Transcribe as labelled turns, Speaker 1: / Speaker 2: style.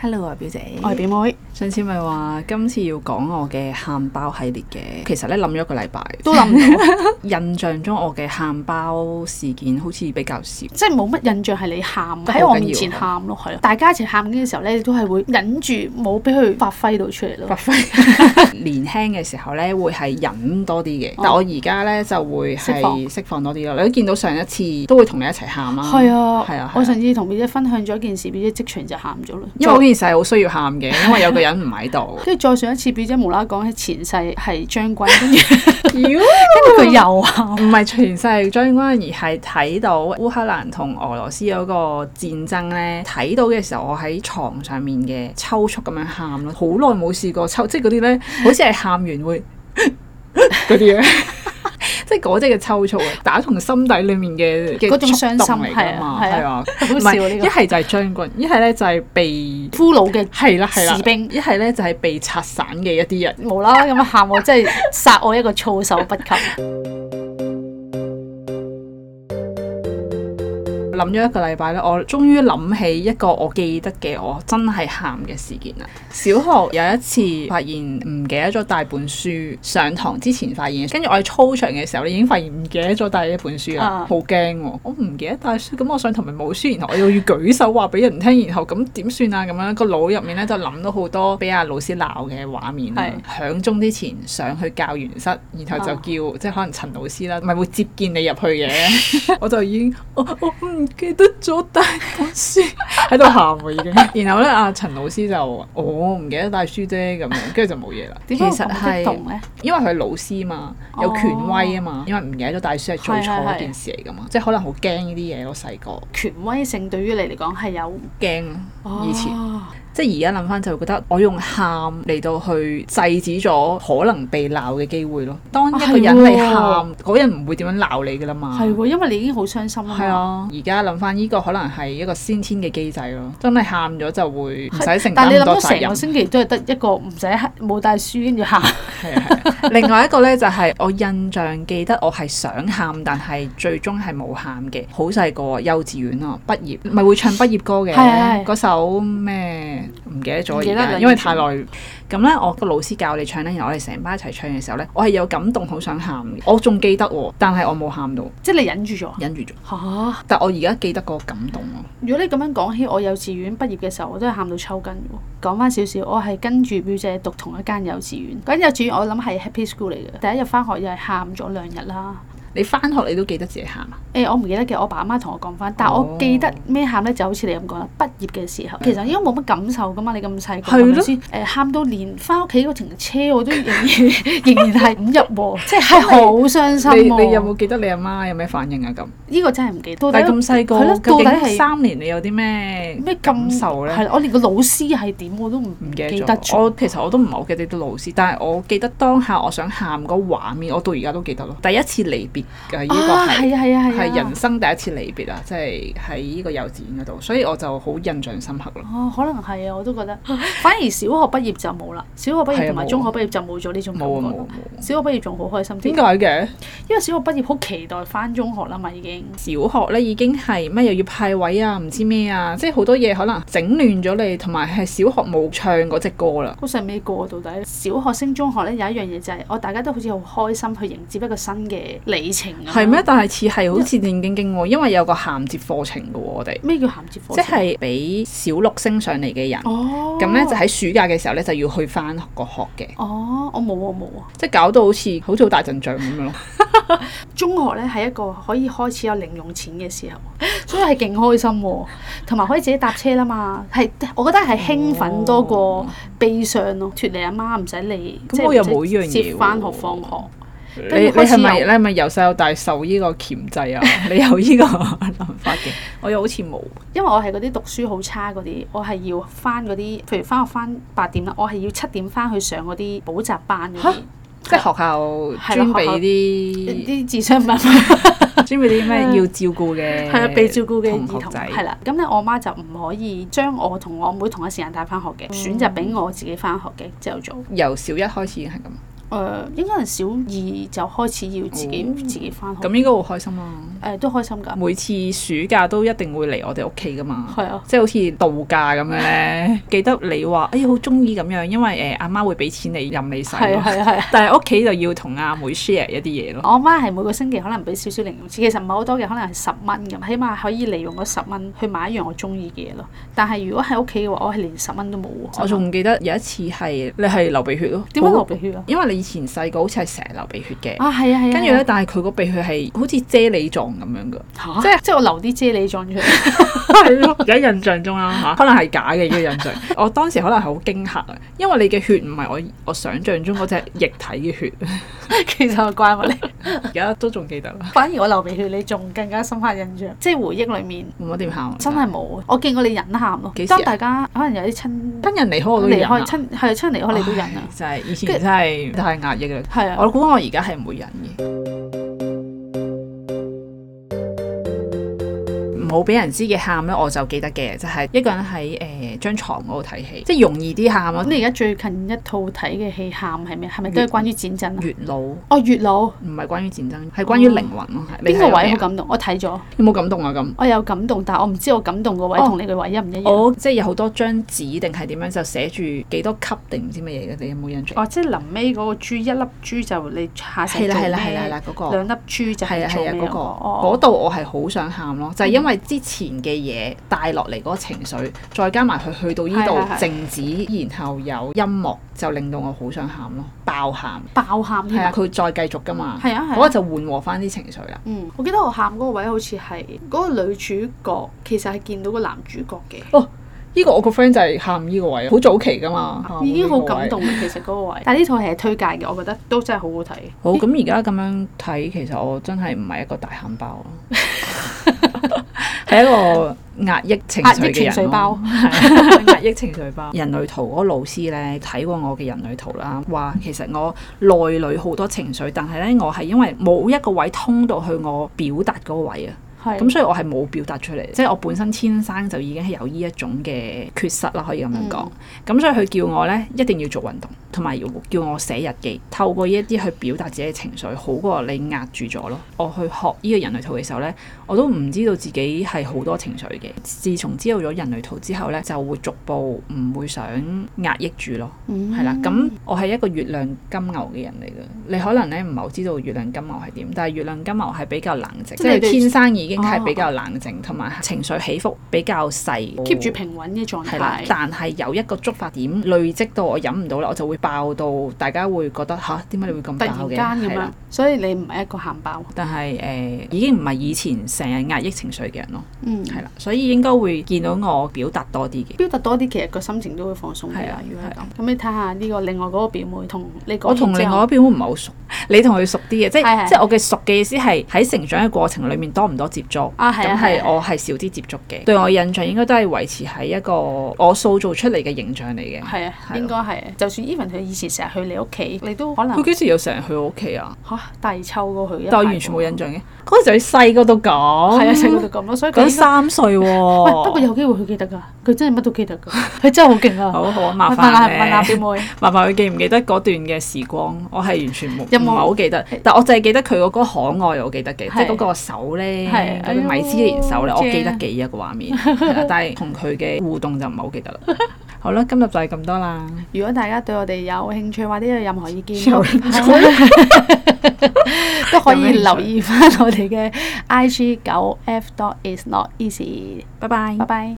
Speaker 1: Hello 啊，表姐。
Speaker 2: 我係表妹，
Speaker 1: 上次咪話今次要講我嘅喊包系列嘅，其實咧諗咗一個禮拜，
Speaker 2: 都諗 唔到，
Speaker 1: 印象中我嘅喊包事件好似比較少。
Speaker 2: 即係冇乜印象係你喊喺我面前喊咯，係咯。大家一齊喊嘅時候咧，你都係會忍住冇俾佢發揮到出嚟咯。
Speaker 1: 年輕嘅時候咧，會係忍多啲嘅，但我而家咧就會係
Speaker 2: 哦釋放
Speaker 1: 釋放多啲咯。你都見到上一次都會同你一齊喊啦，
Speaker 2: 係啊，
Speaker 1: 係啊，
Speaker 2: 我
Speaker 1: 係啊
Speaker 2: 上次同表姐分享咗一件事，表姐即場就喊咗啦。。
Speaker 1: 因為嗰件事係好需要喊嘅，因為有個人唔喺度
Speaker 2: 跟住再上一次，表姐無啦啦講起前世係將軍， 跟住
Speaker 1: 妖
Speaker 2: 跟住佢又喊。
Speaker 1: 唔係全世界將軍，而係睇到烏克蘭同俄羅斯嗰個戰爭咧，睇到嘅時候，我喺床上面嘅抽搐咁樣喊咯，好耐冇試過抽，即係嗰啲咧，好似係喊完 會嗰啲嘢。 即係嗰啲嘅抽搐啊，打從心底裡面嘅嘅
Speaker 2: 嗰種傷心
Speaker 1: 觸動嚟㗎嘛，
Speaker 2: 係啊
Speaker 1: 係啊，
Speaker 2: 好
Speaker 1: 唔
Speaker 2: 笑
Speaker 1: 係
Speaker 2: 呢
Speaker 1: 一
Speaker 2: 個
Speaker 1: 係就係將軍，一係咧就係被
Speaker 2: 俘虜嘅
Speaker 1: 係啦係啦，
Speaker 2: 士兵
Speaker 1: 一係咧就係被拆散嘅一啲人。
Speaker 2: 無啦啦咁樣喊我，真係殺我一個措手不及。
Speaker 1: 諗咗一個禮拜咧，我終於諗起一個我記得嘅我真係喊嘅事件啦。小學有一次發現唔記得咗帶本書，上堂之前發現，跟住我喺操場嘅時候咧已經發現唔記得咗帶一本書啦
Speaker 2: 啊，
Speaker 1: 好驚喎！我唔記得帶書，咁我上堂咪冇書，然後我又要舉手話俾人聽，然後咁點算啊？咁樣個腦入面咧就諗到好多俾阿老師鬧嘅畫面啦。響鐘之前上去教員室，然後就
Speaker 2: 啊
Speaker 1: 叫、即係可能陳老師啦，咪會接見你入去嘅。 我就已經哦我我唔記得咗帶本書喺度喊喎已 經。然後咧，阿陳老師就話我唔記得帶書啫咁樣，跟住就冇嘢啦。 其
Speaker 2: 點解
Speaker 1: 實
Speaker 2: 我咁激動
Speaker 1: 係
Speaker 2: 咧？
Speaker 1: 因為佢係老師嘛，
Speaker 2: 哦
Speaker 1: 有權威啊嘛，因為唔記得咗帶書係最錯嘅一件事嚟噶嘛，即係可能好驚呢啲嘢咯，細個
Speaker 2: 權威性對於你嚟講係有
Speaker 1: 驚啊以前。
Speaker 2: 哦
Speaker 1: 即係而家諗翻就會覺得我用喊嚟到去制止咗可能被鬧嘅機會咯。當一個人
Speaker 2: 啊係喎
Speaker 1: 你喊，嗰、人唔會點樣鬧你噶啦嘛。
Speaker 2: 係喎，因為你已經好傷心啦
Speaker 1: 係
Speaker 2: 嘛。
Speaker 1: 啊，而家諗翻呢個可能係一個先天嘅機制咯，真係喊咗就會唔使承擔
Speaker 2: 但你
Speaker 1: 咁多
Speaker 2: 諗
Speaker 1: 責
Speaker 2: 到成個
Speaker 1: 任。
Speaker 2: 星期都係得一個唔使冇帶書跟住喊，
Speaker 1: 係啊係啊另外一個呢，就係、我印象記得我係想喊，但係最終係冇喊嘅。好細個，幼稚園啊，畢業咪會唱畢業歌嘅
Speaker 2: 係係係
Speaker 1: 嗰首咩唔記得咗
Speaker 2: 唔
Speaker 1: 而
Speaker 2: 記得
Speaker 1: 家，
Speaker 2: 啦
Speaker 1: 因為太耐。咁呢，我個老師教你唱呢，然後我哋成班一齊唱嘅時候呢，我係有感動，好想喊嘅。我仲記得喎，但係我冇喊到，
Speaker 2: 即係你忍住咗。
Speaker 1: 忍住咗。
Speaker 2: 嚇、
Speaker 1: 但我而家記得個感動咯。
Speaker 2: 如果你咁樣講起，我幼稚園畢業嘅時候，我都係喊到抽筋嘅喎。講翻少少，我係跟住表姐讀同一間幼稚園。嗰間幼稚園我諗係 Happy School 嚟嘅。第一日翻學又係喊咗兩日啦。
Speaker 1: 你翻學你都記得自己喊啊？
Speaker 2: 誒、我唔記得嘅，我爸媽同我講
Speaker 1: 哦
Speaker 2: 翻，但我記得咩喊咧，就好似你咁講啦。畢業嘅時候，其實應該冇乜感受噶嘛，你咁細個
Speaker 1: 係
Speaker 2: 係
Speaker 1: 咯
Speaker 2: 咪先？誒，喊到連翻屋企嗰程車我都仍然 仍然係唔入喎，即係係好傷心
Speaker 1: 你你有
Speaker 2: 喎。
Speaker 1: 冇記得你阿媽有咩反應啊？咁
Speaker 2: 呢個真係唔記得，到
Speaker 1: 但係
Speaker 2: 底
Speaker 1: 咁細
Speaker 2: 係
Speaker 1: 個，
Speaker 2: 咯
Speaker 1: 究
Speaker 2: 到底
Speaker 1: 竟
Speaker 2: 係
Speaker 1: 三年你有啲咩
Speaker 2: 咩
Speaker 1: 感
Speaker 2: 咁
Speaker 1: 受咧
Speaker 2: 係？啦，我連個老師係點我都唔
Speaker 1: 唔記
Speaker 2: 記
Speaker 1: 得
Speaker 2: 得
Speaker 1: 咗。
Speaker 2: 住。
Speaker 1: 我其實我都唔係好記得啲老師，但係我記得當下我想喊嗰畫面，我到而家都記得咯。第一次離別嘅呢個
Speaker 2: 啊，
Speaker 1: 係。
Speaker 2: 係啊係啊係啊，
Speaker 1: 係人生第一次離別啊，即係喺呢個幼稚園嗰度，所以我就好印象深刻咯。
Speaker 2: 哦，可能係啊，我都覺得。反而小學畢業就冇啦，小學畢
Speaker 1: 係啊
Speaker 2: 業同埋
Speaker 1: 冇
Speaker 2: 中學畢業就冇咗呢種感
Speaker 1: 冇啊
Speaker 2: 覺
Speaker 1: 冇啊
Speaker 2: 啦。
Speaker 1: 冇啊。
Speaker 2: 小學畢業仲好開心
Speaker 1: 點
Speaker 2: 啲，
Speaker 1: 解嘅？
Speaker 2: 因為小學畢業好期待翻中學啦嘛，已經。
Speaker 1: 小學咧已經係咩又要派位啊，唔知咩啊，即係好多嘢可能整亂咗你，同埋係小學冇唱嗰隻歌啦。
Speaker 2: 好細尾個到底，小學升中學咧有一樣嘢就係、我大家都好似好開心去迎接一個新嘅里程咁樣
Speaker 1: 係咩？？但係似係好似正經經喎，因為有個銜接課程嘅喎，我哋
Speaker 2: 咩叫銜接課程？
Speaker 1: 即係俾小六升上嚟嘅人，
Speaker 2: 哦，
Speaker 1: 咁咧、就喺暑假嘅時候咧就要去翻個學嘅，
Speaker 2: 哦，我冇啊冇啊！
Speaker 1: 即係搞到好似好似好大陣仗咁樣咯。
Speaker 2: 中學咧係一個可以開始有零用錢嘅時候， 所以係勁開心喎、同埋可以自己搭車啦嘛，係我覺得係興奮多過悲傷咯，脱離阿媽唔使理，
Speaker 1: 咁
Speaker 2: 即係
Speaker 1: 我又
Speaker 2: 唔使
Speaker 1: 冇呢樣嘢
Speaker 2: 接
Speaker 1: 喎
Speaker 2: 翻學放學。
Speaker 1: 你
Speaker 2: 跟
Speaker 1: 你
Speaker 2: 住開始
Speaker 1: 係咪
Speaker 2: 有
Speaker 1: 你係咪由細到大受呢個鉗制啊？ 你有呢 個諗法嘅？我又好似冇。
Speaker 2: 因為我係嗰啲讀書好差嗰啲，我係要翻嗰啲，譬如翻學翻八點啦，我係要七點翻去上嗰啲補習班嗰
Speaker 1: 嚇
Speaker 2: 啲，
Speaker 1: 即係學校
Speaker 2: 係啦
Speaker 1: 專俾
Speaker 2: 學校
Speaker 1: 啲
Speaker 2: 啲智商班班
Speaker 1: 專俾啲咩要照顧嘅，
Speaker 2: 係啊，被照顧嘅兒童
Speaker 1: 學仔，
Speaker 2: 係啦。咁咧，我媽就唔可以將我同嗯我妹同一時間帶翻學嘅，選擇俾我自己翻學嘅朝頭早。
Speaker 1: 由小一開始已經係咁。
Speaker 2: 誒呃應該係小二就開始要自己、
Speaker 1: 哦
Speaker 2: 自己翻學，
Speaker 1: 咁應該好開心啊！
Speaker 2: 誒、都開心㗎，
Speaker 1: 每次暑假都一定會嚟我哋屋企噶嘛。
Speaker 2: 係啊，
Speaker 1: 即係好似度假咁樣咧，記得你話哎呀好中意咁樣，因為誒阿、媽會俾錢你任你使
Speaker 2: 係啊
Speaker 1: 咯，
Speaker 2: 係啊係啊。
Speaker 1: 但係屋企就要同阿妹 share 一啲嘢
Speaker 2: 我
Speaker 1: 咯。
Speaker 2: 阿媽係每個星期可能俾少少零用錢，其實唔係好多嘅，可能係十蚊咁，起碼可以利用嗰十蚊去買一樣我中意嘅嘢咯。但係如果喺屋企嘅話，我係連十蚊都冇喎。
Speaker 1: 我仲記得有一次係你係流鼻血咯，
Speaker 2: 點解
Speaker 1: 好
Speaker 2: 流鼻血啊？
Speaker 1: 因為你以前細個好似係成日流鼻血嘅，
Speaker 2: 啊係啊係啊！
Speaker 1: 跟住咧，但係佢個鼻血係好似啫喱狀咁樣噶，
Speaker 2: 嚇即係即係我留啲啫喱狀出嚟，
Speaker 1: 係 咯。而家印象中啦嚇，可能係假嘅呢個印象。 我當時可能係好驚嚇啊，因為你嘅血唔係我我想象中嗰隻液體嘅血，
Speaker 2: 其實係怪物嚟。
Speaker 1: 而家都仲記得啦。
Speaker 2: 反而我流鼻血，你仲更加深刻印象，即係回憶裡面
Speaker 1: 冇乜點喊啊，
Speaker 2: 真係冇啊！我見過你忍喊咯
Speaker 1: 幾，時啊
Speaker 2: 當大家可能有啲親
Speaker 1: 親人離開我都要
Speaker 2: 離
Speaker 1: 忍啊
Speaker 2: 開親係親人離開你都忍啊，
Speaker 1: 就係以前真係太壓抑啦。
Speaker 2: 係啊，
Speaker 1: 我估我而家係唔會忍嘅，冇俾人知嘅喊咧，我就記得嘅，就係、一個人喺誒、呃、張床嗰度睇戲，即係容易啲喊咯
Speaker 2: 咁。你而家最近一套睇嘅戲喊係咩？係咪都係關於戰爭啊？
Speaker 1: 月老唔
Speaker 2: 哦，月老
Speaker 1: 係關於戰爭，係關於靈魂咯。係你
Speaker 2: 邊
Speaker 1: 睇
Speaker 2: 個
Speaker 1: 過
Speaker 2: 位
Speaker 1: 未
Speaker 2: 好
Speaker 1: 啊
Speaker 2: 感動？我睇咗，
Speaker 1: 有冇感動啊？咁
Speaker 2: 我有感動，但我唔知我感動個位
Speaker 1: 哦
Speaker 2: 同你個位一唔一樣。
Speaker 1: 我即係有好多張紙定係點樣就寫住幾多級定唔知乜嘢嘅，你有冇印象？
Speaker 2: 哦，即係臨尾嗰個珠一粒珠就你下成
Speaker 1: 係啦係啦係啦係啦嗰個。
Speaker 2: 兩粒珠就
Speaker 1: 係啊
Speaker 2: 係做
Speaker 1: 係啊，
Speaker 2: 咩
Speaker 1: 嗰
Speaker 2: 嗰
Speaker 1: 個嗰
Speaker 2: 個？哦嗯
Speaker 1: 度我係好想喊咯，就係因為之前嘅嘢帶落嚟嗰個情緒，再加埋佢去到呢度
Speaker 2: 係係係
Speaker 1: 靜止，然後有音樂，就令到我好想喊咯，爆喊。
Speaker 2: 爆喊
Speaker 1: 係
Speaker 2: 添啊
Speaker 1: 啊，佢再繼續噶嘛，
Speaker 2: 係啊係啊
Speaker 1: 嗰個就緩和翻啲情緒啦。
Speaker 2: 嗯，我記得我喊嗰個位好似係嗰個女主角，其實係見到個男主角嘅，
Speaker 1: 呢個我個 friend 就係喊呢個位，好早期噶嘛，
Speaker 2: 已經好感
Speaker 1: 動。
Speaker 2: 動嘅。其實嗰哦個位，但係呢套戲係推介嘅，我覺得都真係好好睇。
Speaker 1: 好，咁而家咁樣睇，其實我真係唔係一個大喊包咯，係一個壓抑情
Speaker 2: 壓
Speaker 1: 緒
Speaker 2: 抑
Speaker 1: 嘅
Speaker 2: 情
Speaker 1: 人
Speaker 2: 緒包
Speaker 1: 咯。係壓抑情緒包。人類圖嗰個老師咧睇過我嘅人類圖啦，話其實我內裏好多情緒，但係咧我係因為冇一個位通到去我表達嗰個位啊，
Speaker 2: 係
Speaker 1: 咁所以我係冇表達出嚟，即係我本身天生就已經係有呢一種嘅缺失啦，可以咁樣講。咁、所以佢叫我咧一定要做運動，同埋要叫我寫日記，透過呢一啲去表達自己嘅情緒，好過你壓住咗咯。我去學呢個人類圖嘅時候咧。我都唔知道自己係好多情緒嘅。自從知道咗人類圖之後呢，就會逐步唔會想壓抑住咯，
Speaker 2: 嗯
Speaker 1: 係啦、咁我係一個月亮金牛嘅人嚟嘅，你可能呢唔係好知道月亮金牛係點，但係月亮金牛係比較冷靜，即
Speaker 2: 即係
Speaker 1: 係
Speaker 2: 你哋
Speaker 1: 天生已經係比較冷靜，同埋、情緒起伏比較細
Speaker 2: 哦 keep 住。平穩嘅狀
Speaker 1: 係啦，
Speaker 2: 態，
Speaker 1: 但係有一個觸發點累積到我忍唔到啦，我就會爆到，大家會覺得吓，點解你會咁爆
Speaker 2: 突然
Speaker 1: 嘅？
Speaker 2: 間咁
Speaker 1: 係啦
Speaker 2: 樣，所以你唔係一個喊爆。
Speaker 1: 但係誒、呃已經唔係以前成日壓抑情緒嘅人咯。
Speaker 2: 嗯，
Speaker 1: 係啦，所以應該會見到我表達多啲嘅。
Speaker 2: 表達多啲，其實個心情都會放鬆啲
Speaker 1: 係啊
Speaker 2: 啦。如果係咁，咁你睇下呢個另外嗰個表妹同你
Speaker 1: 我
Speaker 2: 講完之後，
Speaker 1: 同另外一邊都唔係好熟，你同佢熟啲嘅，即
Speaker 2: 係
Speaker 1: 係
Speaker 2: 係
Speaker 1: 即係我嘅熟嘅意思係喺成長嘅過程裡面多唔多接觸，
Speaker 2: 啊係
Speaker 1: 咁係
Speaker 2: 啊係啊
Speaker 1: 我係少啲接觸嘅。對我印象應該都係維持喺一個我塑造出嚟嘅形象嚟嘅。
Speaker 2: 係啊，
Speaker 1: 係咯
Speaker 2: 應該係啊。就算 even 佢以前成日去你屋企，你都可能
Speaker 1: 佢幾時有成日去我屋企啊？
Speaker 2: 嚇大臭過佢一排喎。
Speaker 1: 但我完全冇印象嘅。嗰陣時佢細個到咁，
Speaker 2: 係啊，細個就咁咯，所以佢
Speaker 1: 講
Speaker 2: 應該
Speaker 1: 三歲
Speaker 2: 喂，不過
Speaker 1: 喎。
Speaker 2: 有機會佢記得㗎，佢真係乜都記得㗎，佢真係好勁啊！
Speaker 1: 好好啊，麻
Speaker 2: 問
Speaker 1: 煩
Speaker 2: 下
Speaker 1: 你
Speaker 2: 問下表妹，
Speaker 1: 麻煩佢記唔記得嗰段嘅時光？我係完全冇，
Speaker 2: 有冇
Speaker 1: 唔係好記得。但我就係記得佢嗰個可愛，我記得嘅，
Speaker 2: 係
Speaker 1: 即係嗰個手咧，
Speaker 2: 係哎
Speaker 1: 嗰個米芝蓮手咧，
Speaker 2: 哎呦
Speaker 1: 我記得幾一啊個畫面。係啦但係同佢嘅互動就唔係好記得 啦。好啦，今日就係咁多啦。
Speaker 2: 如果大家對我哋有興趣或者有任何意見，
Speaker 1: 有
Speaker 2: 都可
Speaker 1: 有興
Speaker 2: 以
Speaker 1: 趣
Speaker 2: 留意翻我哋嘅 IG 九 F dot is not easy。
Speaker 1: 拜拜
Speaker 2: 拜。拜。